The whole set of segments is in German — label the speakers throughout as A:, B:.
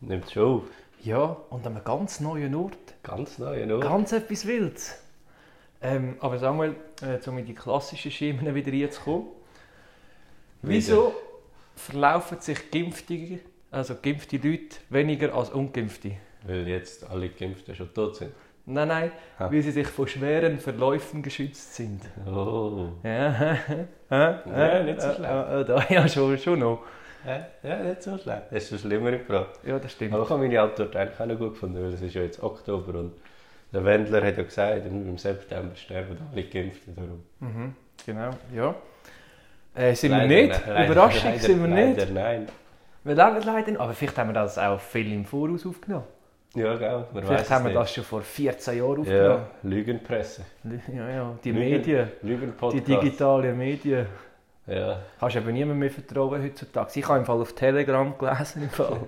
A: Nimmt schon auf.
B: Ja, und an einem ganz neuen Ort.
A: Ganz neu, oder?
B: Ganz etwas Wildes. Ähm, aber sag mal, äh, um in die klassischen Schemen wieder reinzukommen. Wieso verlaufen sich geimpfte, also geimpfte Leute weniger als ungeimpfte?
A: Weil jetzt alle Geimpften schon tot sind.
B: Nein, nein,
A: Ha.
B: weil sie sich von schweren Verläufen geschützt sind.
A: Oh.
B: Ja, ja,
A: Ja, nicht so schlecht.
B: Äh, äh, da, ja, schon, schon noch.
A: Ja, ja, nicht so schlecht. Das ist schon schlimmer im Frage.
B: Ja, das stimmt.
A: Aber ich habe meine Antwort eigentlich auch noch gut gefunden, weil es ist ja jetzt Oktober und der Wendler hat ja gesagt, im September sterben alle Geimpften darum.
B: Mhm, genau, ja. Äh, sind
A: Leider
B: wir nicht?
A: nein, leider-
B: Überraschung
A: leider-
B: sind wir nicht.
A: Leider nein.
B: Wir leben leider Aber vielleicht haben wir das auch viel im Voraus aufgenommen.
A: Ja, genau. Man weiss
B: vielleicht
A: es
B: haben wir
A: nicht.
B: das schon vor 14 Jahren aufgenommen.
A: Ja, Lügenpresse.
B: Ja, ja, die
A: Lügen-
B: Medien, die
A: Lügenpodcast.
B: digitalen Medien.
A: Ja.
B: Kannst du eben niemandem mehr vertrauen heutzutage. Ich habe im Fall auf Telegram gelesen. Im Fall.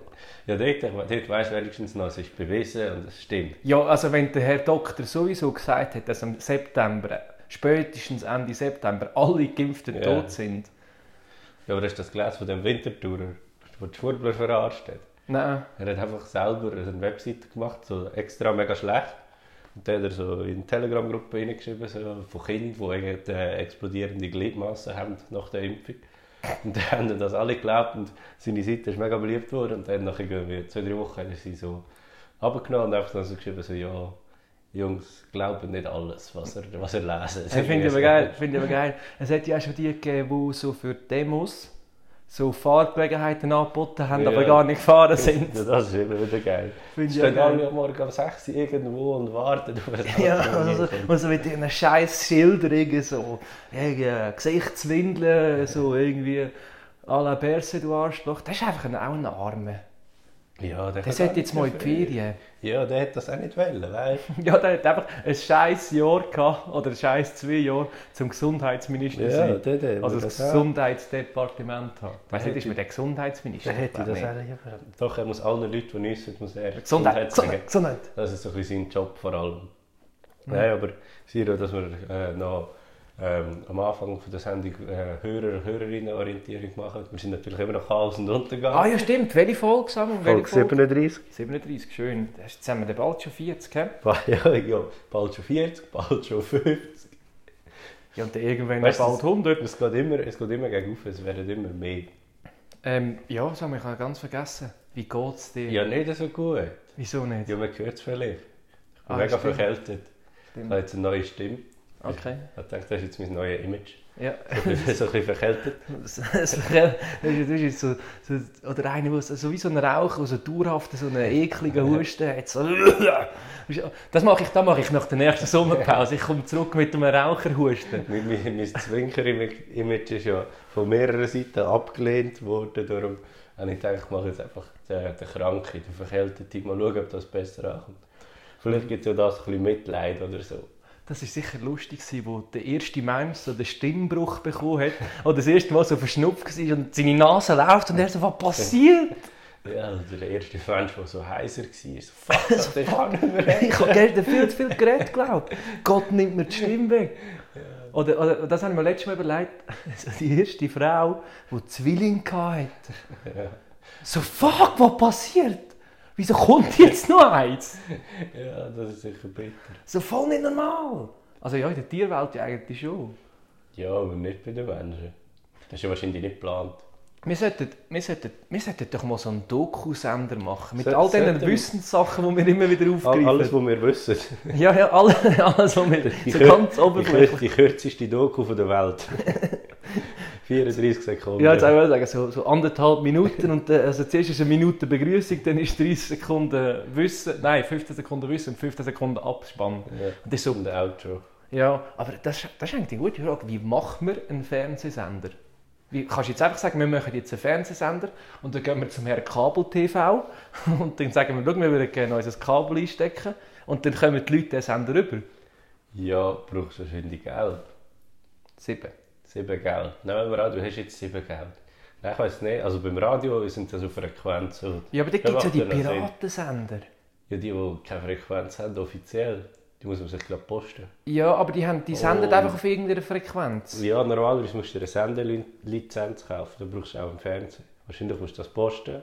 A: Ja, dort, dort weisst du wenigstens noch, es ist bewiesen und es stimmt.
B: ja, also wenn der Herr Doktor sowieso gesagt hat, dass am September, spätestens Ende September, alle Geimpften
A: Ja.
B: tot sind.
A: Ja, aber hast du das gelesen von dem Wintertourer, wo die Schwurbler verarscht hat?
B: Nein,
A: Er hat einfach selber so eine Webseite gemacht, so extra mega schlecht. Und dann hat er so in die Telegram-Gruppe reingeschrieben, so von Kindern, die irgendwie, äh, explodierende Gliedmassen haben nach der Impfung. Und dann haben ihm das alle geglaubt und seine Seite ist mega beliebt worden. Und dann nach irgendwie zwei, drei Wochen hat er sie so abgenommen und einfach dann so geschrieben, so ja, Jungs, glauben nicht alles, was er, was er lesen.
B: das finde ich aber geil. Finde ich aber geil. Es hat ja auch schon die gegeben, die so für Demos so Fahrgelegenheiten angeboten haben,
A: Ja.
B: aber gar nicht gefahren sind.
A: Ja, das ist immer wieder geil.
B: Finde ich auch
A: Stehen alle
B: geil.
A: am Morgen um 6 Uhr irgendwo und warten auf ein Auto,
B: Ja,
A: das nie
B: also,
A: kommt.
B: und so mit diesen scheiß Schilderungen, so irgendwie Gesichtswindeln, so irgendwie à la Berse, du Arschloch. Das ist einfach ein, auch ein Arme.
A: Ja, der
B: Der
A: kann gar
B: sollte
A: nicht
B: jetzt mal in die
A: dafür.
B: Ferien.
A: Ja, der hat das auch nicht wollen, weißt
B: Ja, der hat einfach ein scheiß Jahr gehabt, oder ein scheiß zwei Jahre zum
A: du?
B: Gesundheitsminister sein.
A: der, der.
B: Also das Gesundheitsdepartement haben. Weißt du,
A: hätte
B: ist mir der Gesundheitsminister?
A: Der hätte das
B: Nein.
A: auch Doch, er muss allen Leuten, die nüssen, muss er
B: Gesundheit,
A: sagen.
B: Gesundheit, Mhm. Gesundheit.
A: Das ist so ein bisschen sein Job vor allem. Nein, aber Siro, dass wir äh, noch ähm, am Anfang von der Sendung äh, Hörer und Hörerinnen Orientierung machen. Wir sind natürlich immer noch Chaos und Untergang.
B: Ah ja, stimmt. Welche Folge, Samuel? Welche
A: Folge 37.
B: 37, schön. Das ist- Jetzt haben wir den bald schon 40, hä?
A: Ja, ja, bald schon 40, bald schon 50.
B: Ja, und dann irgendwann
A: Weißt du,
B: bald 100.
A: Es geht immer, es geht immer gegen auf, es werden immer mehr.
B: Ähm, ja, Sam, ich habe ganz vergessen. Wie geht's dir?
A: Ja, nicht so gut.
B: Wieso nicht?
A: Ja, man hört es vielleicht. Ich bin
B: Ah,
A: mega
B: stimmt.
A: verkältet. Ich
B: Stimmt.
A: habe jetzt eine neue Stimme.
B: Okay.
A: Ich dachte, das ist jetzt mein neues Image.
B: Ja.
A: So ein bisschen, so ein bisschen verkältet.
B: Das ist- das ist so, so, oder einer, der so, so wie so ein Raucher, so dauerhaft so einen ekligen Husten hat. So. Das mache ich, das mache ich nach der nächsten Sommerpause. Ich komme zurück mit einem Raucherhusten.
A: Mein, mein, mein Zwinker-Image ist ja von mehreren Seiten abgelehnt worden. Darum habe ich gedacht, ich mache jetzt einfach den, den Kranken, den Verkälteten. Mal schauen, ob das besser ankommt. Vielleicht gibt es ja das ein bisschen Mitleid oder so.
B: Das war sicher lustig, gewesen, wo der erste Mensch so den Stimmbruch bekommen hat. Oder das erste Mal so verschnupft war und seine Nase läuft und er so, was passiert?
A: Ja, also der erste Mensch, der so heiser war, so, fuck, das ich kann nicht mehr reden.
B: Ich habe gestern viel zu viel geredet, glaube Gott nimmt mir die Stimme weg. Oder, oder das habe ich mir letztes Mal überlegt, also die erste Frau, die Zwilling hatte. So, fuck, was passiert? Wieso kommt jetzt noch eins?
A: Ja, das ist sicher bitter.
B: So voll nicht normal. Also ja, in der Tierwelt ja eigentlich schon.
A: Ja, aber nicht bei den Menschen. Das ist ja wahrscheinlich nicht geplant.
B: Wir sollten, wir, sollten, wir sollten doch mal so einen Doku-Sender machen, mit
A: So-
B: all diesen
A: sollten wir-
B: Wissenssachen, die wir immer wieder
A: All,
B: aufgreifen.
A: alles, was wir wissen.
B: ja, ja, alles, alles was wir
A: Die,
B: so
A: kür-
B: ganz
A: die,
B: oberflächlich.
A: kür- die kürzeste Doku von der Welt. 34 Sekunden.
B: Ja, jetzt auch mal sagen, so, so anderthalb Minuten und dann, also zuerst ist eine Minute Begrüßung, dann ist 30 Sekunden Wissen, nein, 15 Sekunden Wissen und 15 Sekunden Abspann.
A: Ja.
B: Und das ist so,
A: Und Outro.
B: ja, aber das, ist- das ist eigentlich eine gute Frage, wie macht man einen Fernsehsender? Wie, kannst du jetzt einfach sagen, wir machen jetzt einen Fernsehsender und dann gehen wir zum Herrn Kabel TV und dann sagen wir, schau, wir würden gerne unser Kabel einstecken und dann kommen die Leute den Sender rüber.
A: Ja, brauchst du wahrscheinlich Geld.
B: Sieben.
A: Sieben Geld. Nehmen wir an, du hast jetzt sieben Geld. Nein, ich weiß nicht. Also beim Radio sind das auf Frequenzen.
B: Ja, aber dann gibt es ja die
A: macht noch Sinn.
B: Piratensender.
A: Ja, die, die keine Frequenz haben, offiziell. Die muss man sich gerade posten.
B: Ja, aber die, haben, die senden
A: Oh.
B: einfach auf irgendeiner Frequenz.
A: Ja, normalerweise musst du dir eine Sendelizenz kaufen, dann brauchst du auch einen Fernseher. Wahrscheinlich musst du das posten,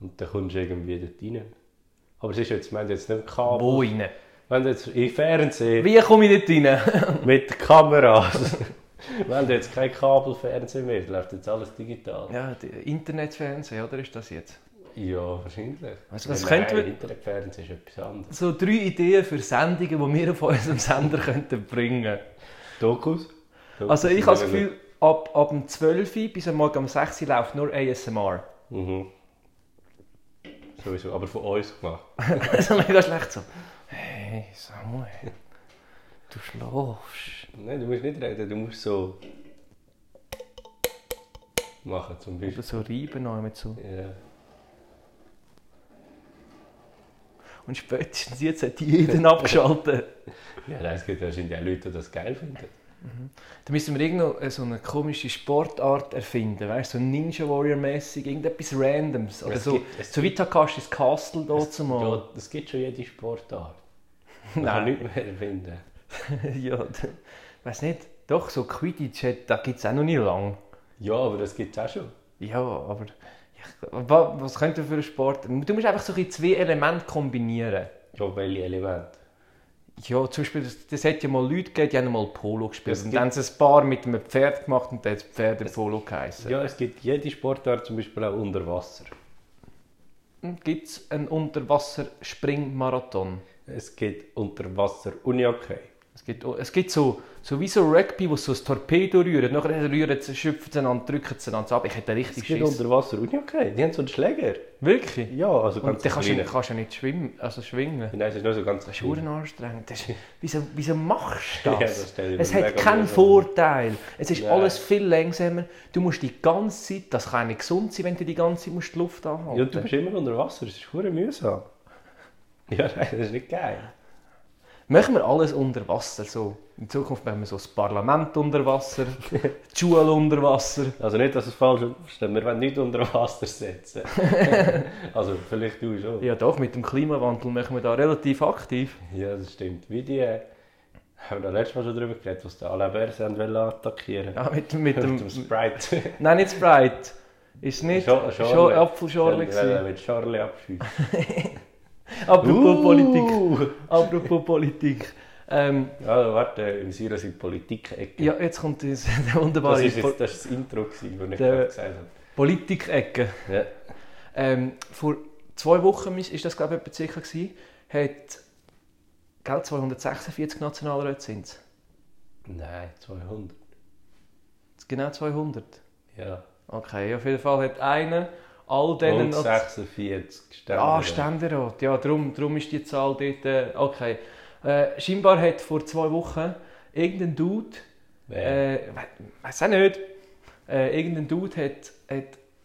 A: Und dann kommst du irgendwie dort rein. Aber es ist jetzt, wir haben jetzt nicht Kabel.
B: Wo rein?
A: Wenn du jetzt im Fernsehen
B: Wie komme ich nicht rein?
A: mit Kameras. Wenn du jetzt kein Kabelfernsehen mehr, läuft jetzt alles digital.
B: ja, die- Internetfernsehen, oder ist das jetzt?
A: Ja, wahrscheinlich.
B: Also, das
A: Nein,
B: könnte-
A: Internetfernsehen ist etwas anderes.
B: So drei Ideen für Sendungen, die wir auf unserem Sender könnten bringen
A: Dokus? Dokus
B: Also ich
A: sind
B: habe das
A: eben-
B: Gefühl, ab, ab dem 12 Uhr bis am Morgen um 6 Uhr läuft nur ASMR.
A: Mhm. Sowieso, aber von uns gemacht.
B: Das ist mega schlecht so. Hey Samuel, du schlafst.
A: Nein, du musst nicht reden, du musst so. machen, zum
B: Oder
A: Beispiel.
B: so reiben mit so.
A: Ja.
B: Und spätestens jetzt hat jeden abgeschaltet.
A: Ja, nein, es gibt wahrscheinlich auch Leute, die das geil finden.
B: Da müssen wir irgendeine so eine komische Sportart erfinden, weißt du, so Ninja Warrior mäßig, irgendetwas Randoms. Oder
A: Es
B: so,
A: gibt- es
B: so wie Takashis Castle dort zumal.
A: Ja, es gibt schon jede Sportart. Man kann
B: Nein,
A: nichts mehr erfinden.
B: ja, d- weiß nicht. Doch, so Quidditch, hat- da gibt es auch noch nie lang.
A: Ja, aber das gibt es auch schon.
B: Ja, aber ich, wa- was könnte für einen Sport? Du musst einfach so ein bisschen zwei Elemente kombinieren.
A: Ja, welche Elemente?
B: Ja, zum Beispiel, das, das hat ja mal Leute gegeben, die haben mal Polo gespielt.
A: Es
B: Und
A: gibt-
B: dann haben sie ein Paar mit einem Pferd gemacht und dann hat das Pferd im Polo geheißen.
A: Ja, es gibt jede Sportart, zum Beispiel auch unter Wasser.
B: Gibt es Hm, einen Unterwasserspringmarathon?
A: Es gibt unter Wasser Unihockey.
B: Es gibt, es gibt so, so wie so Rugby, wo sie so ein Torpedo rühren. Nachher rühren sie, schöpfen sie einander, drücken sie einander ab. Ich hätte
A: Es
B: richtig
A: gibt
B: Schiss.
A: unter Wasser Unihockey. Die haben so einen Schläger.
B: Wirklich?
A: Ja, also ganz
B: Und dann kannst du,
A: kleine.
B: kannst du ja nicht schwimmen, also schwingen.
A: Nein, es ist nur so ganz
B: Das ist verdammt anstrengend. Das ist, wieso, wieso machst du
A: Ja,
B: das?
A: das stell ich mir
B: es hat
A: mega
B: keinen
A: blöd vor.
B: Vorteil. Es ist
A: Nein.
B: alles viel langsamer. Du musst die ganze Zeit, das kann nicht gesund sein, wenn du die ganze Zeit musst die Luft anhalten
A: Ja, du bist immer unter Wasser, das ist hure mühsam. Ja, nein, das ist nicht geil.
B: Machen wir alles unter Wasser. So. In Zukunft machen wir so das Parlament unter Wasser, die Schule unter Wasser.
A: Also nicht, dass es falsch verstehen, wir wollen nicht unter Wasser setzen. also vielleicht du schon. Ja.
B: Ja doch, mit dem Klimawandel machen wir da relativ aktiv.
A: das stimmt. Wie die, äh, haben wir da letztes Mal schon drüber geredet, was die Alabers haben wollen attackieren.
B: Ja, mit,
A: Mit
B: mit dem...
A: dem Sprite.
B: Nein, nicht Nou, Sprite. Ist nicht...
A: Scho-
B: schon
A: Schorle.
B: Apfelschorle
A: Wir wollen
B: gewesen.
A: mit Charlie abschießen.
B: Apropos
A: Uh.
B: Politik. Apropos Politik. Ähm,
A: Ja, eh, warte, im Siro sind Politik-Ecke.
B: ja, jetzt kommt das, der
A: das,
B: wunderbare
A: ist
B: Po-
A: jetzt, das ist das dus- Intro, gewesen, das ich
B: Der-
A: gerade gesagt habe.
B: Politik-Ecke.
A: Ja.
B: Ähm, vor zwei Wochen mis- ist das, glaube ich, etwa circa gewesen, hat gell, 246 Nationalräte sind es.
A: Nein, 200.
B: Genau 200.
A: Ja.
B: Okay, auf jeden Fall hat einer all diesen...
A: Und 46 Sterne.
B: Ah, Ständerat. Ja, darum, darum ist die Zahl dort... Äh, okay. Äh, scheinbar hat vor zwei Wochen irgendein Dude
A: Wer?
B: Äh, weiß auch nicht. Äh, irgendein Dude hat, hat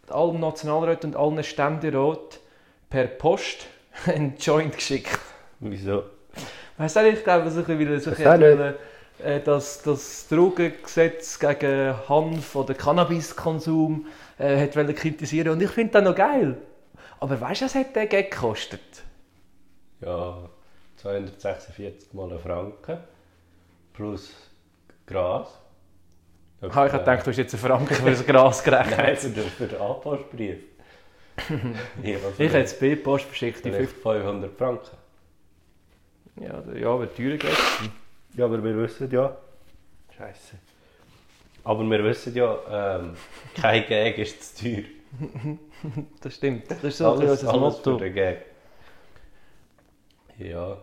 B: allen Nationalrat und allen Ständerat per Post einen Joint geschickt.
A: Wieso?
B: Weiss auch nicht, ich glaube, so ein bisschen, weil er so ein
A: Weiss
B: bisschen
A: auch nicht.
B: wollte, äh, dass das Drogengesetz gegen Hanf oder Cannabiskonsum äh, hat wollte kritisieren und ich finde das noch geil. Aber weißt du, es hat den Geld gekostet.
A: Ja, 246 mal einen Franken plus Gras.
B: Ah,
A: eh,
B: ich habe gedacht, du hast jetzt einen Franken für das Gras gerechnet.
A: Nein, für den, für den Anpostbrief. ich
B: Ich hätte es B-Post verschickt. die
A: die 500 Franken.
B: fünf- Ja, ja, wäre teurer gewesen.
A: Ja, aber wir wissen ja. Scheiße. Aber wir wissen ja, ähm, kein Gag ist zu teuer.
B: Das stimmt. Das ist so alles, unser Motto.
A: für den Gag. Ja,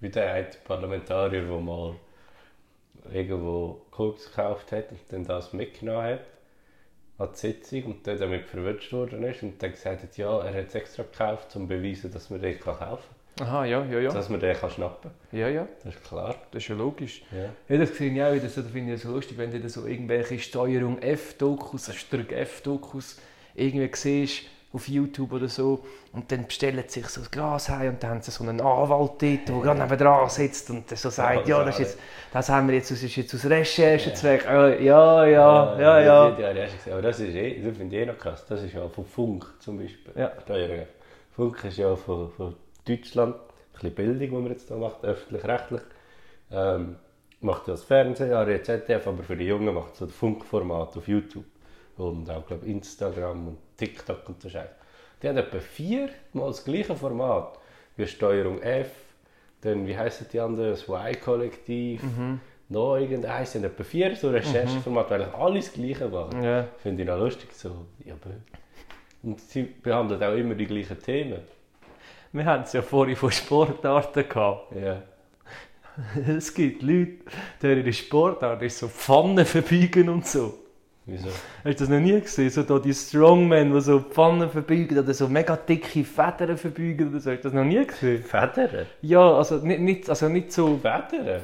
A: wie der eine Parlamentarier, der mal irgendwo Koks gekauft hat und dann das mitgenommen hat an die Sitzung und dann damit verwirrt worden ist und dann gesagt hat, ja, er hat es extra gekauft, um zu beweisen, dass man den kann kaufen
B: Aha, ja, ja,
A: kann,
B: ja.
A: dass man den kann schnappen kann.
B: Ja, ja,
A: Das ist klar.
B: das ist ja logisch.
A: Ja.
B: Ja, das sehe ich auch wieder so, das finde ich so lustig, wenn du da so irgendwelche Steuerung F-Dokus, also Stück F-Dokus, irgendwie siehst auf YouTube oder so und dann bestellen sie sich so das Gras heim und dann haben sie so einen Anwalt dort, der gerade nebenan sitzt und der so sagt,
A: das
B: ja,
A: auch,
B: das,
A: ja.
B: ist jetzt, das haben wir jetzt, das ist jetzt aus Recherchezweck. Äh, Ja, ja, ja, ja.
A: die- die- die habe ich gesehen. Aber das ist eh, das finde ich eh noch krass. Das ist ja von Funk zum Beispiel.
B: Ja.
A: Steuerung. Funk ist ja von, von Deutschland, ein bisschen Bildung, die man jetzt da macht, öffentlich-rechtlich. Ähm, macht ja das Fernsehen, ARD, ZDF, aber für die Jungen macht so das Funkformat auf YouTube. Und auch, glaube Instagram und TikTok und so Scheiße. Die haben etwa viermal das gleiche Format. Wie Steuerung F, dann wie heissen die anderen, das Y-Kollektiv,
B: Mhm.
A: noch irgendeins. Die haben etwa vier so Rechercheformat, weil ich alles das gleiche machen.
B: Ja.
A: Finde ich auch lustig. So. Ja, aber- und sie behandeln auch immer die gleichen Themen.
B: Wir haben es ja vorhin von Sportarten gehabt.
A: Ja.
B: Es gibt Leute, deren Sportart ist so Pfannen verbiegen und so.
A: Wieso?
B: Hast du das noch nie gesehen? So da die Strongmen, die so Pfannen verbeugen oder so mega dicke Federn verbeugen oder so. Hast du das noch nie gesehen?
A: Federn?
B: Ja, also nicht, nicht, also nicht so,
A: Federn?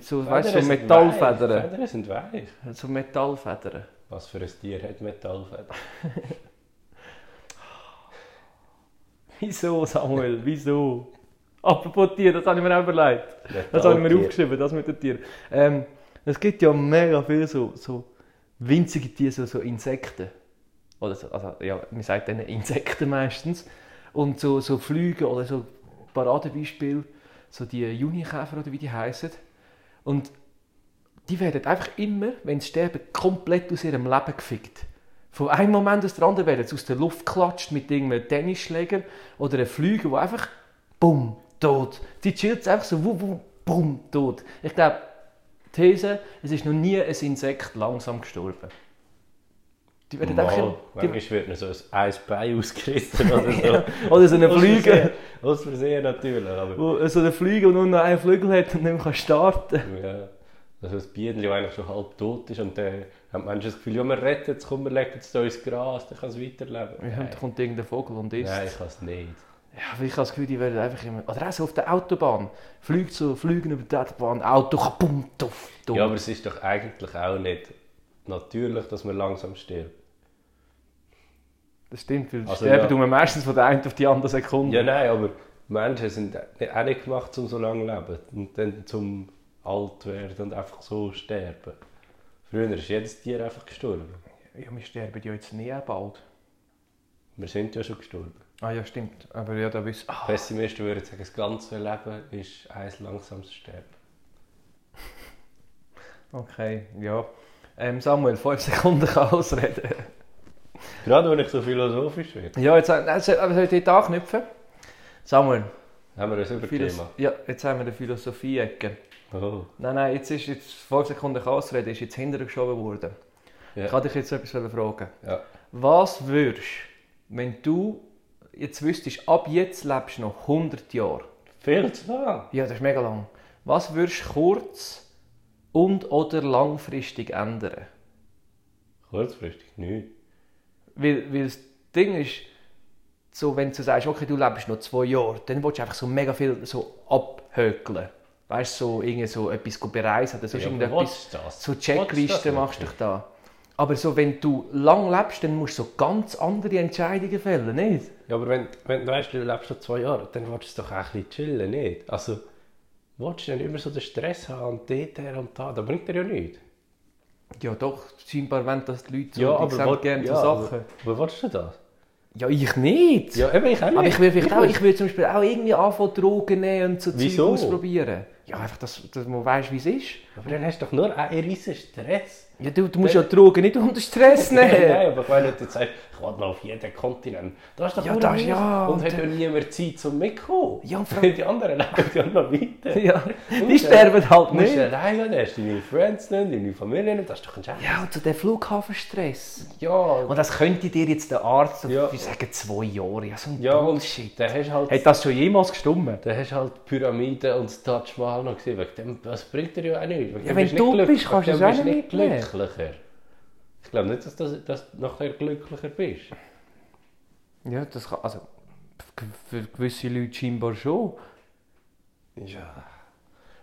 B: so, weißt, so
A: sind weich.
B: Metallfedern.
A: Federn sind weich.
B: So Metallfedern.
A: Was für ein Tier hat Metallfedern?
B: Wieso, Samuel? Wieso? Apropos Tier, das habe ich mir auch überlegt. Das habe ich mir
A: Metalltier.
B: aufgeschrieben, das mit den Tieren. Ähm, es gibt ja mega viele so, so winzige Tiere, so, so Insekten. Oder so, also, ja, man sagt denen Insekten meistens. Und so, so Flüge oder so Paradebeispiel, so die Junikäfer oder wie die heißen. Und die werden einfach immer, wenn sie sterben, komplett aus ihrem Leben gefickt. Von einem Moment aus der anderen werden sie aus der Luft geklatscht mit irgendeinem Tennisschläger oder einem Flüger, der einfach bumm, tot. Die chillt einfach so, wuh, wuh, bumm, tot. Ich glaube, These, es ist noch nie ein Insekt langsam gestorben. Die werden
A: Mal,
B: einfach... Die,
A: manchmal wird mir so ein Eisbein ausgerissen oder so.
B: oder so eine
A: Aus
B: Flüge,
A: Versehen- Aus Versehen natürlich, aber...
B: wo, so eine Flüge, die nur noch einen Flügel hat und nicht mehr starten kann.
A: Ja. Also ein Bienen, das eigentlich schon halb tot ist und dann haben die Menschen das Gefühl, ja, wir retten es, komm, wir legen es da ins Gras, dann kann es weiterleben.
B: Ja, und
A: Nein,
B: dann kommt irgendein Vogel und isst
A: Nein ich kann es nicht.
B: Ja, aber ich habe das Gefühl, die werden einfach immer. Oder auch so auf der Autobahn. Fliegt so, fliegen über die Autobahn, Auto, kapum, tuff, tuff.
A: Ja, aber es ist doch eigentlich auch nicht natürlich, dass man langsam stirbt.
B: das stimmt, weil
A: Also,
B: sterben
A: ja.
B: tun wir meistens von der einen auf die andere Sekunde.
A: Ja, nein, aber Menschen sind auch nicht gemacht, um so lange zu leben und dann zum alt werden und einfach so sterben. Früher ist jedes Tier einfach gestorben.
B: ja, wir sterben ja jetzt nie bald.
A: Wir sind ja schon gestorben.
B: Ah ja, stimmt. Aber ja, da wissen. Ah,
A: Pessimisten würden sagen, das ganze Leben ist ein langsames Sterben.
B: okay, ja. Ähm, Samuel, 5 Sekunden kann ausreden.
A: Gerade wenn ich so philosophisch werde,
B: Ja, jetzt äh, nein, soll soll ich dort anknüpfen. Samuel,
A: haben wir ein
B: Philos
A: Überthema.
B: ja, jetzt haben wir eine Philosophie-Ecke.
A: Oh,
B: Nein, nein, jetzt ist jetzt 5 Sekunden kann ausreden, ist jetzt hintergeschoben worden.
A: Ja.
B: Ich wollte dich jetzt etwas fragen.
A: ja.
B: Was würdest du, wenn du jetzt wüsstest, ab jetzt lebst du noch 100 Jahre?
A: Viel zu lang.
B: Ja, das ist mega lang. Was würdest du kurz- und oder langfristig ändern?
A: Kurzfristig nicht.
B: Weil, weil das Ding ist, so, wenn du sagst, okay, du lebst noch zwei Jahre, dann willst du einfach so mega viel so abhökeln. Weißt du, so, irgendwie so etwas bereisen oder so
A: Ja, aber
B: irgendetwas.
A: willst du das?
B: So
A: Willst du
B: Checklisten
A: das
B: machst du dich da. Aber so, wenn du lang lebst, dann musst du so ganz andere Entscheidungen fällen, nicht?
A: Ja, aber wenn, wenn du weißt, du lebst schon zwei Jahre, dann willst du es doch auch ein bisschen chillen, nicht? Also, willst du nicht immer so den Stress haben und dort her und da? Das bringt dir ja nichts.
B: Ja, doch, scheinbar wollen das die Leute so.
A: ja,
B: die sehen
A: will-
B: gerne
A: ja,
B: so
A: aber-
B: Sachen.
A: Aber willst du das?
B: Ja, ich nicht.
A: Ja, eben, ich auch nicht.
B: Aber ich würde vielleicht auch,
A: will-
B: ich würde zum Beispiel auch irgendwie anfangen, Drogen nehmen und so Zeug
A: Wieso?
B: ausprobieren. Ja, einfach, dass, dass man weiss, wie es ist.
A: Aber dann hast du doch nur einen riesen Stress.
B: Ja, du, du musst ja Drogen nicht unter Stress nehmen.
A: Nein, aber ich meine, wenn du jetzt sagst, ich will mal auf jeden Kontinent. Da ist doch
B: Ja,
A: nur
B: das-
A: eins.
B: ja,
A: Und
B: und
A: hat ja niemand Zeit zum Mitkommen.
B: Ja, und vor allem-
A: die anderen leben ja noch weiter.
B: ja,
A: Du
B: die
A: musst
B: sterben halt
A: Du musst
B: nicht.
A: alleine gehen, dann hast du deine Friends nicht, deine Familie nicht, das ist doch ein Scheiß.
B: Ja, und so der Flughafenstress.
A: Ja,
B: Und das könnte dir jetzt der Arzt,
A: Ja.
B: wir sagen zwei Jahre, ja, so ein
A: ja
B: Bullshit.
A: und dann hast du halt...
B: Hat das schon jemals gestummen?
A: Dann hast du halt die Pyramide und das Taj Mahal noch gesehen. Wegen dem, das bringt dir ja auch nichts. Wegen
B: Ja,
A: dem
B: wenn
A: bist
B: du
A: nicht glücklich.
B: bist, kannst du
A: Wegen
B: es
A: dem
B: auch
A: bist du
B: nicht
A: nicht glücklicher. Ich glaube nicht, dass, das, dass du nachher glücklicher bist.
B: Ja, das kann, also, für- für gewisse Leute scheinbar schon.
A: Ja.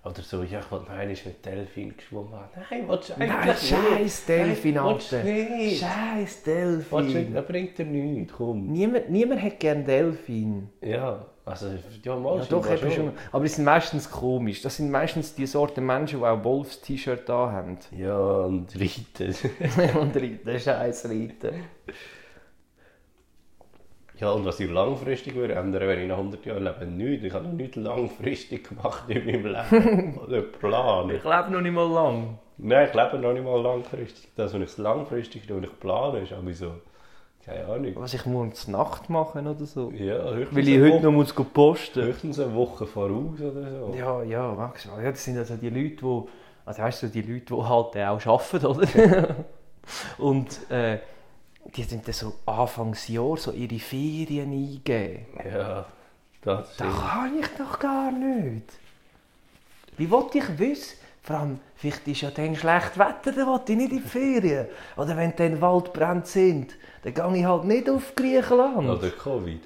A: Oder so, ja, nou, ich wollte noch einmal mit Delfin geschwommen haben. Nein, willst du eigentlich
B: Nein, scheiß Delfin,
A: Nein, willst du
B: Alter.
A: nicht.
B: Scheiß
A: Willst du nicht?
B: Delfin.
A: Das bringt dir nichts, komm.
B: Niemand, niemand hat gern Delfin.
A: Ja, also, ja, mal
B: Ja, doch,
A: scheinbar
B: eben schon. Aber die sind meistens komisch. Das sind meistens die Sorten Menschen, die auch Wolfs-T-Shirt da haben.
A: Ja, und reiten.
B: Und reiten, scheiß reiten.
A: ja, und was ich langfristig würde ändern, wenn ich nach 100 Jahren lebe, nichts. Ich habe noch nichts langfristig gemacht in meinem Leben. Oder Plan.
B: Ich lebe noch nicht mal lang.
A: Nein, ich lebe noch nicht mal langfristig. Das, wenn ich es langfristig tue und ich plane, ist auch so Keine Ahnung.
B: Was ich morgen zur Nacht machen oder so.
A: Ja, höchstens
B: Weil ich
A: eine
B: heute noch
A: Woche,
B: muss go posten
A: höchstens eine Woche voraus oder so.
B: Ja, ja, maximal. Ja, das sind also die Leute, die. Also weißt du, die Leute, die halt dann auch arbeiten, oder? Und äh, die sind dann so Anfangsjahr so ihre Ferien eingeben.
A: Ja, das
B: Das
A: stimmt.
B: kann ich doch gar nicht. Wie wollte ich wissen? Vor allem, vielleicht ist ja dann schlecht Wetter, dann will ich nicht in die Ferien. Oder wenn dann Waldbrände sind, dann gehe ich halt nicht auf Griechenland.
A: Oder Covid.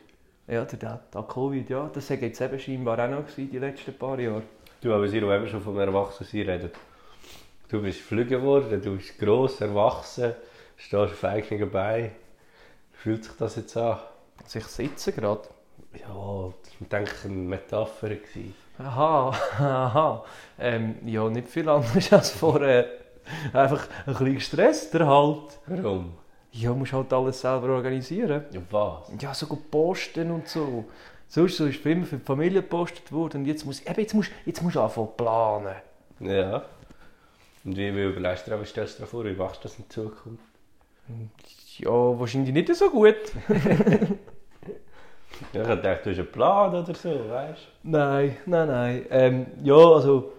B: Ja, der, der, der Covid, ja. Das war jetzt eben scheinbar auch noch gewesen, die letzten paar Jahre.
A: Du, aber sie haben schon vom Erwachsensein reden. Du bist flügge geworden, du bist gross, erwachsen, stehst auf eigenen Beinen. Fühlt sich das jetzt an?
B: Also ich sitze gerade.
A: Ja, ich denke, eine Metapher gewesen.
B: Aha, aha. Ähm, ja, nicht viel anders als vorher. Einfach ein bisschen gestresster halt.
A: Warum?
B: Ja, musst halt alles selber organisieren.
A: Ja, was?
B: Ja, so gut posten und so. Sonst so ist immer für die Familie gepostet worden und jetzt muss eben, jetzt musst jetzt musst du anfangen zu planen.
A: Ja. Und wie, wie überlegst du dir, aber stellst du dir vor, wie machst du das in Zukunft?
B: Ja, wahrscheinlich nicht so gut.
A: Ja, dus ich dachte, du hast einen Plan oder so, weißt
B: Nein, nein, nein. Ähm, ja, also.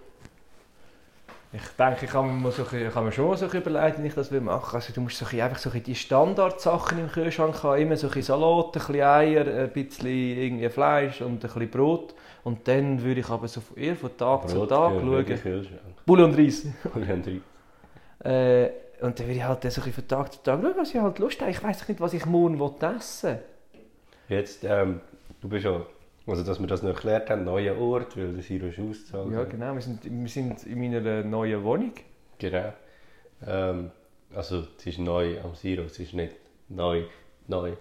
B: Ich denke, ich kann mir, mal so, ein bisschen- ich kann mir schon mal so ein bisschen überlegen, wie ich das will machen Also, du musst so ein bisschen, einfach so ein bisschen die Standardsachen im Kühlschrank haben. Immer so ein bisschen Salat, ein bisschen Eier, ein bisschen irgendwie Fleisch und ein bisschen Brot. Und dann würde ich aber so von- eher von Tag zu Tag schauen.
A: Kühlschrank.
B: Bulle und Reis.
A: Und dann drei.
B: Äh, und dann würde ich halt dann so ein bisschen von Tag zu Tag schauen, was ich halt Lust habe. Ich weiß nicht, was ich morgen will essen
A: Jetzt, ähm, du bist ja, also dass wir das noch erklärt haben, neuer Ort, weil der Siro ist ausgezahlt.
B: Ja, genau. Wir sind, wir sind in meiner äh, neuen Wohnung.
A: Genau. Ähm, also es ist neu am Siro, es ist nicht neu, neu.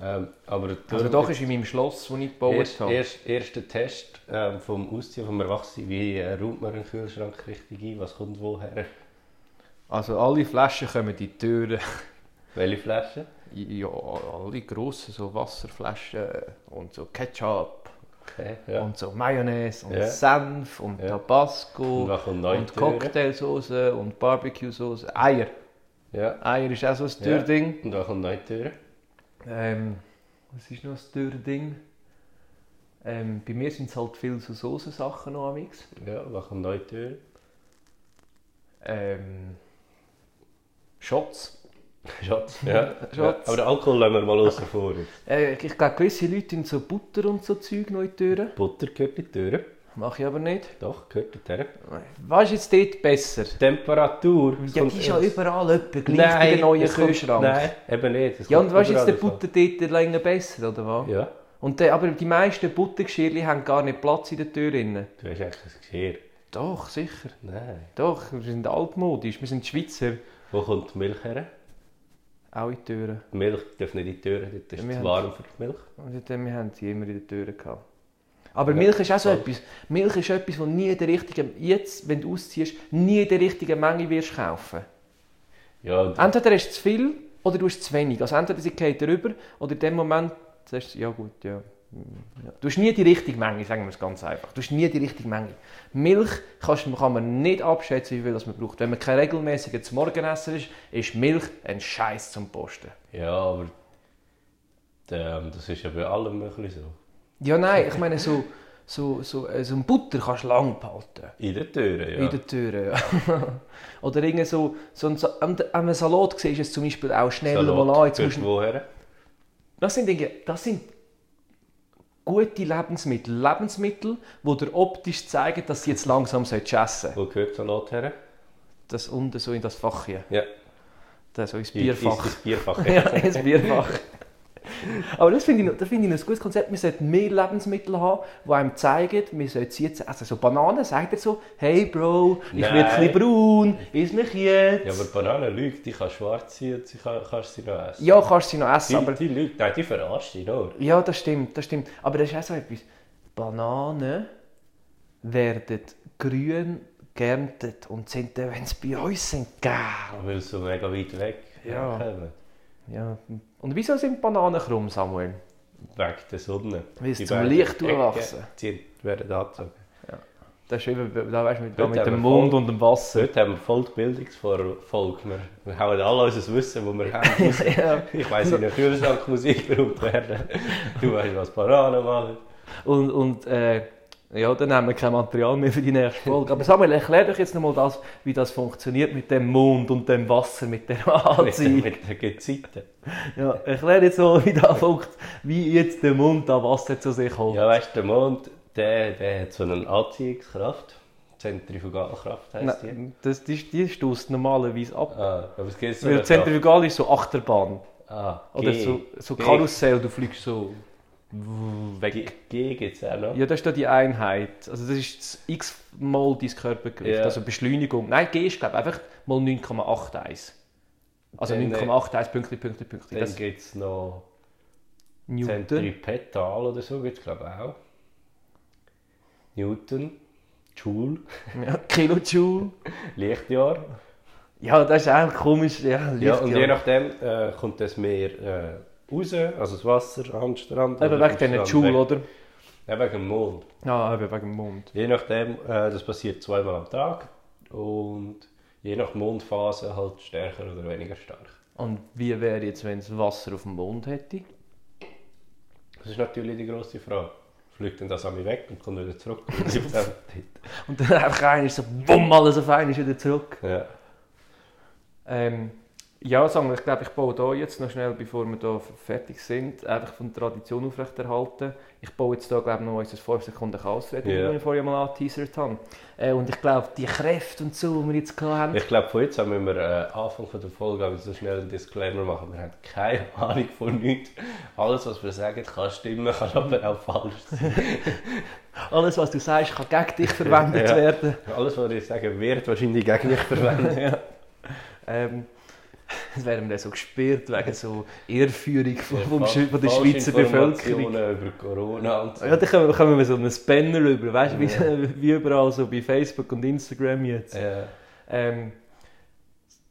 A: Ähm, aber
B: Also, doch ist in meinem Schloss, das ich gebaut
A: erst,
B: habe.
A: erst, erster Test ähm, vom Ausziehen vom Erwachsenen, wie äh, räumt man einen Kühlschrank richtig ein, was kommt woher,
B: Also alle Flaschen kommen in die Türen.
A: welche Flasche?
B: Ja, alle grossen, so Wasserflaschen und so Ketchup
A: Okay, ja.
B: und so Mayonnaise und
A: Ja.
B: Senf und
A: Ja.
B: Tabasco
A: Und was kommt neu in
B: und
A: die Türe?
B: Cocktailsoße und Barbecue-Soße. Eier.
A: ja.
B: Eier ist auch so ein
A: Ja.
B: Türding.
A: Und da kommt neue Türen.
B: Ähm, was ist noch das Dürrding? Ähm, bei mir sind es halt viel so Soßensachen noch amix.
A: Ja, was kommt neue Türen?
B: Ähm, Shots.
A: Schatz. Ja.
B: Schatz.
A: ja. Aber den Alkohol lassen wir mal außen vor. jetzt.
B: Äh, ich glaube, gewisse Leute in so Butter und so Zeug noch in die Türen.
A: Butter gehört in die Türen.
B: Mache ich aber nicht.
A: Doch, gehört in die Türen.
B: Was ist jetzt dort besser?
A: Temperatur. es
B: Ja,
A: kommt
B: die ist ja
A: erst.
B: überall etwa gleich bei den neuen
A: es kommt-
B: Kühlschrank.
A: Nein, eben nicht. es
B: Ja, und
A: kommt
B: was ist jetzt der
A: überall
B: Butter dort der länger besser, oder
A: davon.
B: was?
A: Ja,
B: Und der, eh, aber die meisten Buttergeschirrli haben gar nicht Platz in der Tür. Innen.
A: du hast eigentlich ein Geschirr.
B: Doch, sicher.
A: Nein.
B: Doch, wir sind altmodisch. Wir sind Schweizer.
A: Wo kommt die Milch her?
B: Auch in die Türen.
A: Die Milch darf nicht in die Türen, dort ist
B: Ja, wir
A: es
B: haben-
A: warm für die Milch.
B: Und seitdem wir haben sie immer in der Tür gehabt. Aber
A: Ja,
B: Milch ist auch so
A: voll.
B: etwas. Milch ist etwas, das nie in der richtigen, jetzt, wenn du ausziehst, nie in der richtigen Menge wirst kaufen.
A: Ja, und-
B: Entweder hast du zu viel oder du hast zu wenig. Also entweder sie geht darüber oder in dem Moment sagst du, ja gut, ja. ja. Du hast nie die richtige Menge, sagen wir es ganz einfach. Du hast nie die richtige Menge. Milch kannst, kann man nicht abschätzen, wie viel das man braucht. Wenn man kein regelmäßiger zum Morgenessen ist, ist Milch ein Scheiß zum Posten.
A: ja aber ähm, das ist ja bei allem ein bisschen so.
B: Ja, nein, ich meine, so, so, so, äh, so ein Butter kannst du lange behalten.
A: In den Türen, ja.
B: In der Tür, ja. Oder irgendwie so, so ein, Sa- an, an einem Salat siehst du es zum Beispiel auch schnell
A: Salat
B: mal an. Jetzt
A: gehört
B: musst du,
A: woher?
B: das, sind, irgendwie- das sind gute Lebensmittel. Lebensmittel, die dir optisch zeigen, dass sie jetzt langsam solltest essen
A: Wo gehört Salat her?
B: Das unten so in das Fach hier.
A: Ja.
B: Das so ins
A: in-
B: Bierfach.
A: Ist das Bierfach.
B: ja, ins Bierfach. Aber das finde ich, noch- das finde ich noch ein gutes Konzept. Man sollte mehr Lebensmittel haben, die einem zeigen, man sollte sie jetzt essen. So Bananen sagt er so, hey Bro, ich
A: Nein.
B: werde ein bisschen braun, iss mich jetzt.
A: ja,
B: Ja,
A: aber Bananen lügt, die kann schwarz sein und sie kann, kannst sie noch essen.
B: kannst du sie noch essen, aber...
A: die, die lügt, nein, die verarscht dich nur.
B: Ja, das stimmt, das stimmt. Aber das ist auch so etwas. Bananen werden grün geerntet und sind dann, wenn sie bei uns sind, gel.
A: Weil sie so mega weit weg
B: Ja.
A: kommen.
B: Ja. Und wieso sind Bananen krumm, Samuel?
A: Wegen der Sonne.
B: Weil es
A: Die
B: zum
A: beiden
B: Licht
A: Ecken
B: durchwachsen.
A: ziehen- werden angezogen.
B: Ja. Das ist eben, da weißt du, mit,
A: Heute
B: mit
A: haben
B: dem
A: wir
B: Mund
A: voll-
B: und dem Wasser.
A: Heute haben wir voll die Bildungsfolge. Wir, wir hauen alle unser Wissen, das wir haben. raus.
B: ja.
A: Ich weiss, in der Kühlschrank muss ich berühmt werden. Du weißt, was Bananen machen.
B: Und, und äh, ja, dann haben wir kein Material mehr für die nächste Folge. Aber Samuel, erklär doch jetzt nochmal das, wie das funktioniert mit dem Mond und dem Wasser, mit der
A: Mit, der-
B: Anziehung.
A: mit der Gezeiten.
B: Ja, erklär jetzt mal, wie das funkt, wie jetzt der Mond das Wasser zu sich holt.
A: Ja, weißt du, der Mond der, der hat so eine Anziehungskraft. Zentrifugalkraft heisst die.
B: Nein, das, die die stößt normalerweise ab.
A: Ah, aber es gibt so
B: Weil
A: eine
B: Zentrifugal ist so Achterbahn
A: Kraft. ah,
B: oder
A: G.
B: so, so
A: G.
B: Karussell, du fliegst so weg.
A: G, G gibt es auch noch.
B: Ja, das ist da die Einheit. Also das ist das x-mal dein Körpergewicht,
A: Ja.
B: also Beschleunigung. Nein, G ist glaube ich einfach mal 9,81. Also
A: Dann, äh,
B: 9,81 Pünktli, Pünktli, Pünktli.
A: Dann
B: Das
A: gibt es noch
B: Newton.
A: Zentripetal oder so, gibt es glaube ich auch. Newton, Joule,
B: Ja, Kilojoule.
A: Lichtjahr.
B: Ja, das ist auch komisch. Ja,
A: Ja, und je
B: Lichtjahr.
A: nachdem äh, kommt das Meer äh, raus, also das Wasser am Strand.
B: Eben
A: oder
B: wegen
A: vom
B: diesen
A: Strand
B: Joule,
A: weg.
B: oder?
A: Ja, wegen dem Mond.
B: Ja, eben wegen dem Mond.
A: Je nachdem, äh, das passiert zweimal am Tag und je nach Mondphase halt stärker oder weniger stark.
B: Und wie wäre jetzt, wenn es Wasser auf dem Mond hätte?
A: Das ist natürlich die grosse Frage. Fliegt denn das an mich weg und kommt wieder zurück? Und sitzt einfach dort.
B: Und dann einfach einer so, bumm, alles auf einmal ist wieder zurück.
A: ja.
B: Ähm, ja, sagen wir, ich glaube, ich baue da jetzt noch schnell, bevor wir da f- fertig sind, einfach von der Tradition aufrechterhalten. Ich baue jetzt da, glaube ich, noch unser 5 Sekunden Chaosreden,
A: Ja.
B: yeah. ich vorher mal angeteasert habe. Äh, und ich glaube, die Kräfte und so, die wir jetzt gehabt haben,
A: Ich glaube, von jetzt an müssen wir äh, Anfang von der Folge auch so schnell einen Disclaimer machen. Wir haben keine Ahnung von nichts. Alles, was wir sagen, kann stimmen, kann aber auch falsch sein.
B: alles, was du sagst, kann gegen dich verwendet
A: Ja.
B: werden.
A: Alles, was ich sage, wird wahrscheinlich gegen mich verwendet.
B: ja. ähm, das werden wir dann so gesperrt wegen so Irrführung von, vom, Schwe- von der
A: Falsche
B: Schweizer Bevölkerung.
A: Informationen über Corona und so.
B: Ja, da kommen wir- kommen wir so einen Spanner rüber, weißt du,
A: Ja.
B: wie, wie überall so bei Facebook und Instagram jetzt.
A: Äh,
B: Ähm,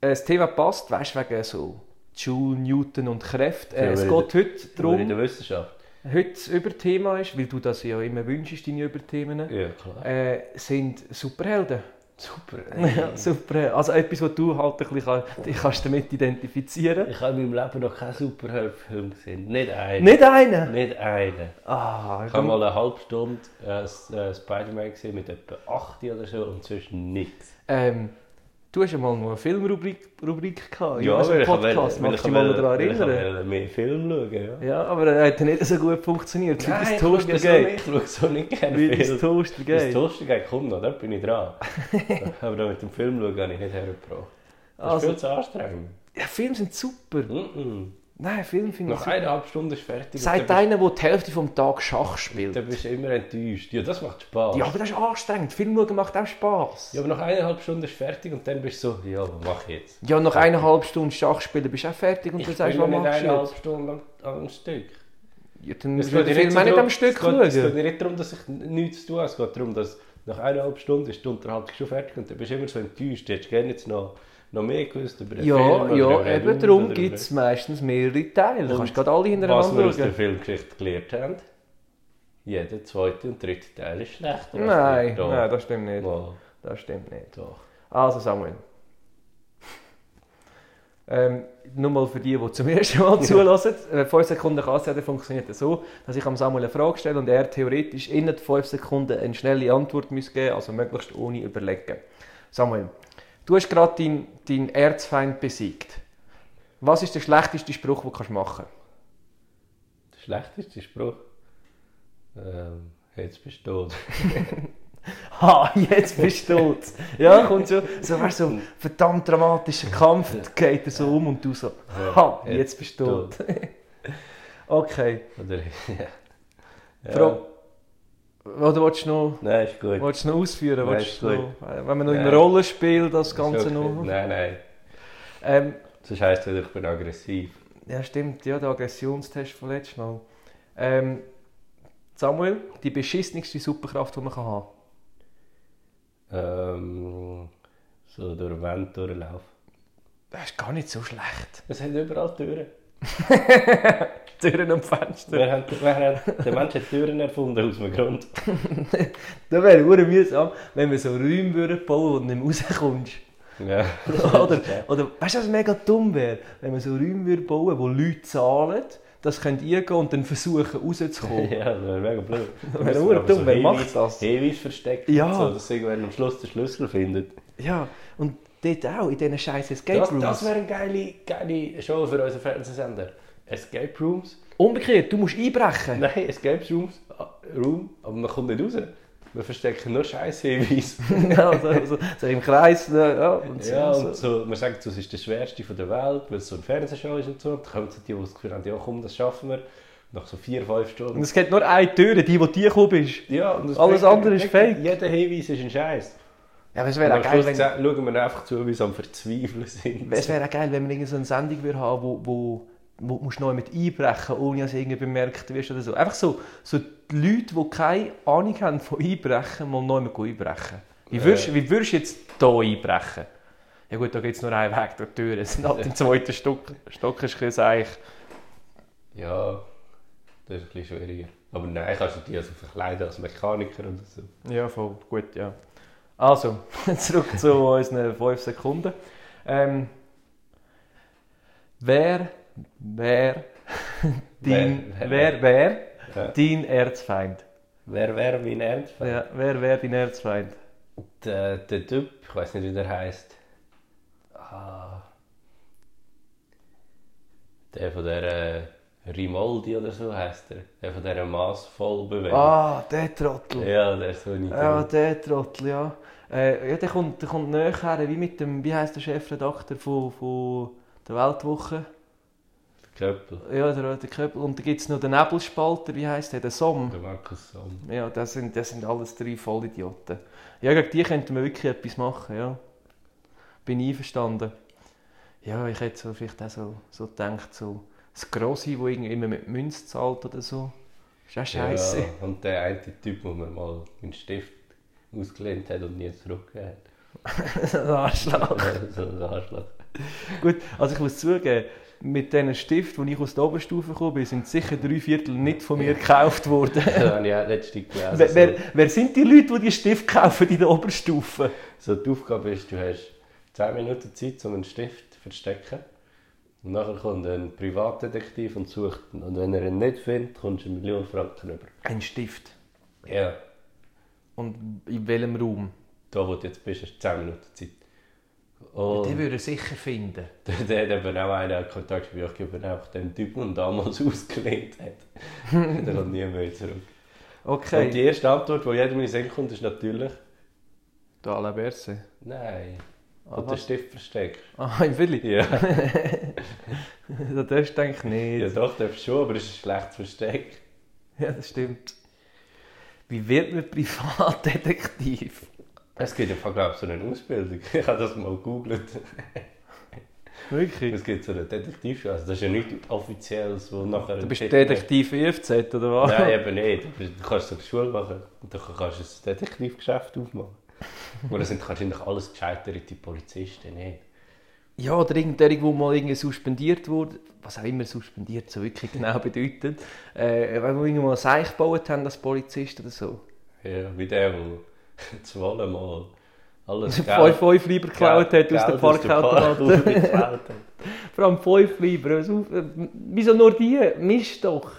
B: das Thema passt, weißt du, wegen so Joule, Newton und Kräfte. Äh,
A: Ja,
B: es
A: weil-
B: geht heute
A: In der
B: darum,
A: Wissenschaft.
B: heute das Überthema ist, weil du das ja immer wünschst, deine Überthemen,
A: Ja, klar.
B: äh, sind Superhelden.
A: Super.
B: Ja, Superhelden. Also etwas, was du halt ein bisschen kann, dich kannst damit identifizieren
A: Ich habe in meinem Leben noch keinen Superheldenfilm gesehen. Nicht einen.
B: Nicht einen!
A: Nicht einen.
B: Ah,
A: Ich habe mal eine halbe Stunde äh, S- äh, Spider-Man gesehen mit etwa 8 oder so und sonst nichts.
B: ähm, du hast ja mal nur eine Filmrubrik Rubrik gehabt. so
A: weil
B: einen
A: ich
B: Oh,
A: wollte- weil
B: Podcast. Magst du
A: ich
B: dich mal daran
A: wollte- weil
B: erinnern?
A: Ich wollte mehr Film schauen, ja.
B: Ja, aber er hat ja nicht so gut funktioniert. Wie das
A: ich schaue so
B: Toaster geht.
A: nicht- ich schaue so nicht gerne
B: Wie das
A: Film.
B: Toaster
A: Das
B: geht.
A: Toaster geht kommt noch, dort bin ich dran. Aber da mit dem Film schauen habe ich nicht hergebracht. Das
B: Also-
A: ist viel zu anstrengend.
B: Ja, Filme sind super.
A: Mm -mm.
B: Nein, Filme finde ich
A: Nach
B: super.
A: einer halben Stunde ist fertig.
B: Sagt
A: dann,
B: einer, der die Hälfte vom Tag Schach
A: bist,
B: spielt.
A: dann bist du immer enttäuscht. Ja, das macht Spaß.
B: Ja, aber das ist anstrengend. Film schauen macht auch Spass.
A: Ja, aber nach eineinhalb Stunden ist fertig und dann bist du so, ja, was mach ich jetzt?
B: Ja, nach eineinhalb Stunden Schach spielen bist du auch fertig und
A: Ich
B: dann sagst du,
A: bin
B: was
A: noch nicht
B: machst du
A: eineinhalb
B: jetzt?
A: Stunden am, am Stück.
B: Ja, dann
A: Es
B: musst
A: geht
B: du den Film auch
A: darum-
B: nicht am Stück
A: es geht, es geht
B: schauen.
A: nicht darum, dass ich n- nichts zu tun habe. Es geht darum, dass nach eineinhalb Stunden ist die Unterhaltung schon fertig und dann bist du immer so enttäuscht. Du hättest gerne jetzt noch, noch mehr gewusst über den Film.
B: Ja,
A: oder über
B: ja,
A: den
B: eben
A: Raum
B: darum
A: oder
B: gibt es
A: über-
B: meistens mehrere Teile. Du
A: Und
B: kannst gerade alle
A: Was wir
B: hintereinander
A: aus der
B: schauen.
A: Filmgeschichte gelernt haben, jeder zweite und dritte Teil ist schlechter. als
B: Nein,
A: der-
B: nein, das stimmt nicht.
A: Mal,
B: Das stimmt nicht.
A: doch.
B: Also Samuel. Ähm, nur mal für die, die zum ersten Mal zulassen. Äh, 5 Sekunden Kassette funktioniert so, dass ich am Samuel eine Frage stelle und er theoretisch innerhalb von 5 Sekunden eine schnelle Antwort muss geben also möglichst ohne überlegen. Samuel, du hast gerade deinen dein Erzfeind besiegt. Was ist der schlechteste Spruch, den du kannst machen
A: Der schlechteste Spruch. Ähm, jetzt bist du tot.
B: kannst? Ha, jetzt bist du tot. ja, kommt schon. So, weißt, du, so ein verdammt dramatischer Kampf, dann geht er so um und du so, ha, jetzt bist du tot. Okay.
A: Oder, ja. Ja.
B: Frau- Oder willst du noch,
A: Nein, ist gut.
B: willst du noch ausführen?
A: Nein,
B: Willst
A: ist
B: du
A: gut.
B: noch, äh, wenn wir noch im
A: Nein.
B: Rollenspiel das
A: Ist
B: Ganze
A: okay.
B: noch.
A: Nein, nein.
B: Ähm,
A: Sonst heisst es, wieder, ich bin aggressiv.
B: ja, stimmt, ja, der Aggressionstest von letztes Mal. Ähm, Samuel, die beschissenste Superkraft, die man kann haben
A: Ähm, so durch den Wind durchlaufen.
B: Das ist gar nicht so schlecht.
A: Es hat überall Türen.
B: Türen und Fenster.
A: Wer hat, wer hat, der Mensch hat Türen erfunden aus dem Grund.
B: Das wäre hure mühsam, wenn wir so Räume würden bauen wo du nicht mehr rauskommst.
A: Ja.
B: oder, oder weißt du, was mega dumm wäre? Wenn wir so Räume würden bauen wo Leute zahlen, das könnt ihr gehen und dann versuchen rauszukommen.
A: Ja, das wäre mega blöd.
B: Das wäre verdammt dumm, wer macht
A: das? Ewig versteckt.
B: Ja.
A: und So, dass irgendwann am Schluss den Schlüssel findet.
B: ja, und dort auch, in diesen scheiß Escape
A: Das,
B: Rooms.
A: das wäre eine geile, geile Show für unseren Fernsehsender. Escape Rooms.
B: Umgekehrt, du musst einbrechen.
A: Nein, Escape Rooms. ah, Room. Aber man kommt nicht raus. Wir verstecken nur Scheißhinweise.
B: ja, so, so, so im Kreis. Ne? Ja, und so,
A: Ja,
B: so.
A: und so, man sagt, das ist der schwerste von der Welt, weil es so eine Fernsehshow ist und so. Und dann kommen so die, die das Gefühl haben, ja komm, das schaffen wir. Nach so vier, fünf
B: Und
A: Stunden.
B: es gibt nur eine Tür, die, wo du gekommen bist.
A: Ja, und das
B: Alles
A: bringt-
B: andere ist fake.
A: Jeder Hinweis ist ein Scheiß.
B: Ja, aber es
A: Und
B: wäre
A: am
B: auch geil,
A: Schluss
B: wenn...
A: sehen- schauen wir einfach zu, wie sie am Verzweifeln sind.
B: Es wäre auch geil, wenn man irgendeine so eine Sendung würde haben wo, wo, wo du musst neu mit einbrechen ohne dass irgendwie bemerkt wirst oder so. Einfach so, so die Leute, die keine Ahnung haben von Einbrechen, mal neu mit einbrechen. Wie würdest,
A: Ja.
B: wie würdest du jetzt hier einbrechen? Ja gut, da gibt es nur einen Weg durch die Tür. Es sind ab dem zweiten Stock, Stock ist ein bisschen seich.
A: Ja, das ist ein bisschen schwieriger. Aber nein, kannst du dich also verkleiden als Mechaniker oder so.
B: Ja, voll gut, ja. Also, zurück zu unseren 5 Sekunden. Ähm, wer, wer, dein,
A: Wer-
B: wer, wer,
A: Ja.
B: dein Erzfeind?
A: Wer wäre mein Ernst?
B: Ja, wer, wer dein Erzfeind?
A: Der, der Typ, ich weiß nicht, wie der heißt. Ah. Der von der äh, Rimoldi oder so heißt er. Der von dieser Maßvollbewegung.
B: Ah, der Trottel.
A: Ja, der ist so nicht.
B: Ja, der Trottel, ja. Äh, ja der, kommt, der kommt näher her, wie mit dem, wie heisst der Chefredakteur von, von der Weltwoche?
A: Köppel.
B: Ja, der, der Köppel. Und da gibt es noch den Nebelspalter, wie heisst der? Der Somm.
A: Der Markus Somm.
B: Ja, das sind, das sind alles drei Vollidioten. Ja, gegen die könnten wir wirklich etwas machen, ja. Bin einverstanden. Ja, ich hätte so vielleicht auch so, so gedacht, so das Grosse, das irgendwie immer mit Münz zahlt oder so. Ist auch scheiße.
A: Ja, und der eine Typ, wo man mal einen Stift ausgelehnt hat und nie zurückgegeben hat.
B: Arschloch.
A: Ja, so ein Arschloch.
B: Gut, also ich muss zugeben, mit diesen Stiften, die ich aus der Oberstufe gekommen bin, sind sicher drei Viertel nicht von mir gekauft worden.
A: Das habe ich auch letztens gelesen.
B: wer, wer, wer sind die Leute, die die Stifte kaufen in der Oberstufe?
A: So, die Aufgabe ist, du hast 10 Minuten Zeit, um einen Stift zu verstecken. Und nachher kommt ein Privatdetektiv und sucht ihn. Und wenn er ihn nicht findet, kommst du eine Million Franken über.
B: Ein Stift.
A: Ja,
B: Und in welchem Raum?
A: da wo du jetzt bist, hast du 10 Minuten Zeit.
B: Die
A: Und
B: würde er sicher finden.
A: der hat eben auch einen Kontakt bei euch gegeben, der einfach den Typen, der damals ausgelehnt hat. der kommt nie mehr zurück. Und
B: Okay.
A: die erste Antwort, die jedem in den Sinn kommt, ist natürlich
B: Da la Berse.
A: Nein.
B: Ah,
A: Und den
B: was?
A: Stift versteckt.
B: Ah, im Willi.
A: Ja,
B: Da darfst du eigentlich
A: ja
B: nicht.
A: doch, darfst du schon, aber es ist ein schlechtes Versteck.
B: Ja, das stimmt. Wie wird man Privatdetektiv?
A: Es gibt einfach, glaube ich, so eine Ausbildung. Ich habe das mal gegoogelt.
B: Wirklich?
A: Es gibt so eine Detektivschule. Also das ist ja nichts Offizielles, wo nachher...
B: Du
A: ein
B: bist
A: Titel-
B: Detektiv IFZ, oder was?
A: Nein, eben nicht. Aber Du kannst so eine Schule machen und dann kannst du ein Detektivgeschäft aufmachen. Aber das sind wahrscheinlich alles gescheiterte Polizisten, nicht?
B: Ja, oder irgendjemand, der mal irgendwie suspendiert wurde, was auch immer suspendiert so wirklich genau bedeutet, äh, wenn wir irgendwo mal Seich gebaut haben als Polizist oder so.
A: Ja, wie der, der zu Wallen mal alles
B: Also Fünf, fünf Lieber geklaut hat aus der Parkautomat.
A: Parkautomat.
B: Vor allem fünf Lieber. Also, äh, Wieso nur die? Mist doch.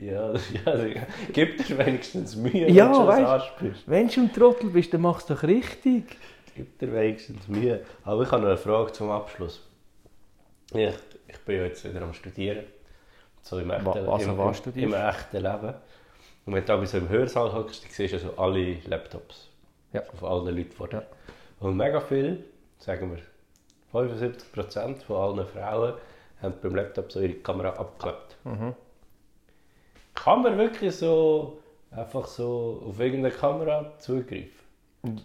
A: ja, ja, gib dir wenigstens Mühe,
B: Ja,
A: wenn du
B: weißt-
A: anspielst.
B: Wenn du ein Trottel bist, dann machst du doch richtig.
A: Gibt dir wenigstens Mühe. Aber ich habe noch eine Frage zum Abschluss. Ich, ich bin ja jetzt wieder am Studieren. So im echten,
B: Wa- also
A: im,
B: was
A: im,
B: studierst
A: im echten Leben. Und wenn du da so im Hörsaal hockst, dann siehst du also alle Laptops.
B: Ja.
A: Von allen Leuten vor dir.
B: Ja.
A: Und mega viel, sagen wir 75% von allen Frauen, haben beim Laptop so ihre Kamera abgeklebt.
B: Mhm.
A: Kann man wirklich so einfach so auf irgendeine Kamera zugreifen?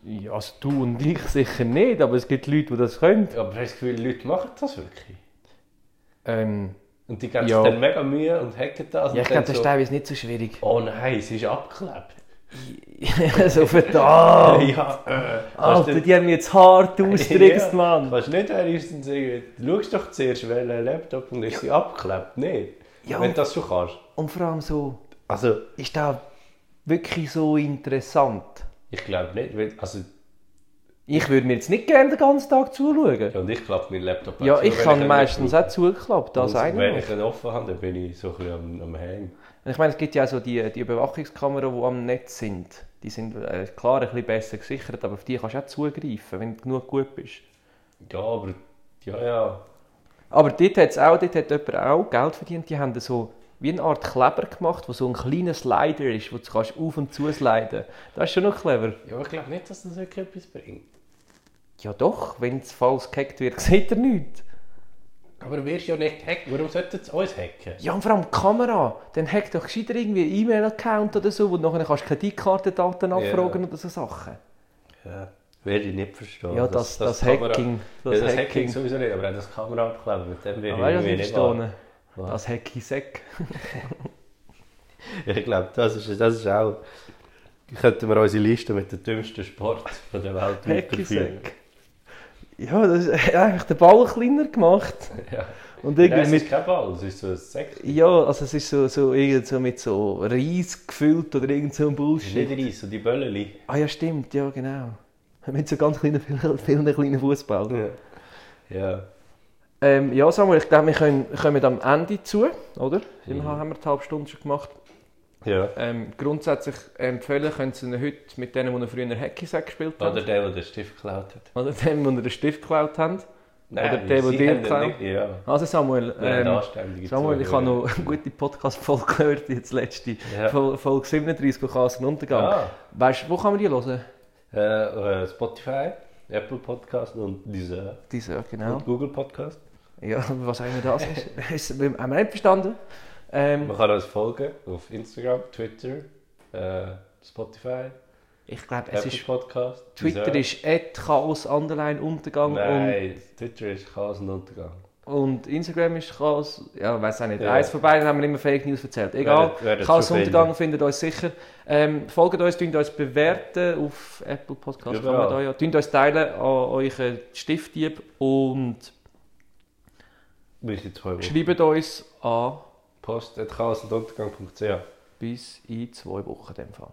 B: Ja, also du und ich sicher nicht, aber es gibt Leute, die das können.
A: Ja, Aber hast du das Gefühl, die Leute machen das wirklich?
B: Ähm,
A: Und die geben
B: Ja.
A: sich dann mega Mühe und hacken das.
B: ja,
A: und
B: ich glaube,
A: dann
B: das ist
A: so,
B: teilweise nicht so schwierig.
A: Oh nein, sie ist abgeklebt.
B: so verdammt.
A: ja, äh, kannst
B: Ah. Alter,
A: du
B: die haben mich jetzt hart ausgetrickst,
A: Ja.
B: Mann.
A: kannst nicht wenigstens irgendwie... Du schaust doch zuerst, welchen Laptop und ist sie abgeklebt, nicht?
B: Ja,
A: Wenn
B: und-
A: du das schon kannst.
B: Und vor allem so,
A: Also,
B: ist das wirklich so interessant?
A: ich glaube nicht, weil- also...
B: Ich würde mir jetzt nicht gerne den ganzen Tag zuschauen.
A: Ja, und ich klappe meinen Laptop
B: Ja,
A: auch zu,
B: ich
A: wenn
B: kann
A: ihn
B: meistens
A: nicht
B: auch zugeklappt, das
A: brauche. Und Wenn
B: eigentlich.
A: ich ihn offen habe, dann bin ich so ein bisschen am, am Hängen.
B: Und ich meine, es gibt ja auch so die, die Überwachungskameras, die am Netz sind. Die sind äh, klar ein bisschen besser gesichert, aber auf die kannst du auch zugreifen, wenn du genug gut bist.
A: Ja, aber... Ja, ja.
B: Aber dort hat auch, dort hat jemand auch Geld verdient, die haben so wie eine Art Kleber gemacht, wo so ein kleiner Slider ist, wo du kannst auf und zu sliden. Das ist schon noch clever.
A: Ja, aber ich glaube nicht, dass das wirklich etwas bringt.
B: Ja doch, wenn es falsch gehackt wird, sieht er nichts.
A: Aber du wirst ja nicht hacken. Warum sollten sie uns hacken?
B: Ja, und vor allem die Kamera. Dann hack doch gescheiter irgendwie einen E-Mail-Account oder so, wo du nachher kannst Kreditkartendaten abfragen oder so Sachen.
A: Ja, werde ich nicht verstehen.
B: Ja, das, das,
A: Kamera-
B: Hacking.
A: ja, das Hacking. sowieso nicht, aber auch das Kamera abkleben, mit dem
B: Ah,
A: wäre
B: weißt du, was
A: ich
B: ich
A: nicht wahr.
B: verstehe? Das Hacky-Sack.
A: Ich glaube, das ist, das ist auch... Könnten wir unsere Liste mit den dümmsten Sport von der Welt weiterführen.
B: Hacky-Sack. Ja, das ist eigentlich den Ball kleiner gemacht.
A: Ja.
B: Und
A: Nein,
B: irgendwie
A: es
B: mit,
A: ist kein Ball, es ist so ein Säckchen.
B: ja, also es ist so, so, irgend so mit so Reis gefüllt oder irgend so ein Bullshit.
A: Nicht Reis, so die Bölleli.
B: Ah ja, stimmt, ja genau. Mit so ganz kleinen, vielen, vielen kleinen Fußball.
A: Ja. ja.
B: Ähm, ja, Samuel, ich glaube, wir können, kommen am Ende zu, oder? Immerhin
A: Mhm.
B: haben wir die halbe Stunde schon gemacht.
A: Ja.
B: Ähm, grundsätzlich empfehlen können Sie ihn heute mit denen, die er früher Hacky-Sack gespielt haben.
A: Oder der, der den Stift geklaut hat.
B: Oder dem, wo er den Stift geklaut haben. Oder der, der
A: sie
B: dir
A: haben den
B: geklaut
A: nicht- Ja.
B: Also Ah, Samuel,
A: Ähm,
B: ähm, Samuel, ich habe noch eine gute Podcast-Folge gehört, jetzt letzte.
A: Ja.
B: Fol- Folge 37, von Kassen Untergang.
A: Ah,
B: Weißt du, wo kann man die hören?
A: äh, äh, Spotify, Apple Podcast und diese
B: Diese, genau.
A: und Google Podcast.
B: Ja, was haben wir das? ist, ist, haben wir nicht verstanden? Ähm,
A: Man kann uns folgen auf Instagram, Twitter, äh, Spotify,
B: ich glaube, es
A: Apple
B: ist...
A: Podcast.
B: Twitter
A: Deezer.
B: ist @chaos_untergang und,
A: Nein, Twitter ist Chaos und Untergang.
B: und Instagram ist chaos... Ja, weiß auch nicht.
A: Ja.
B: Eins von beiden haben wir immer Fake News erzählt. Egal.
A: Werdet- werdet
B: Chaos
A: schon finden.
B: Untergang findet uns sicher. Ähm, folgt uns, tünt uns bewerten auf Apple Podcasts.
A: Überall.
B: Kann man da ja. Tünt uns teilen an euren Stiftdieb und
A: Wir sind zwei Wochen.
B: schreibt uns an
A: Post at chaosunduntergang.ch.
B: bis in zwei Wochen in dem Fall.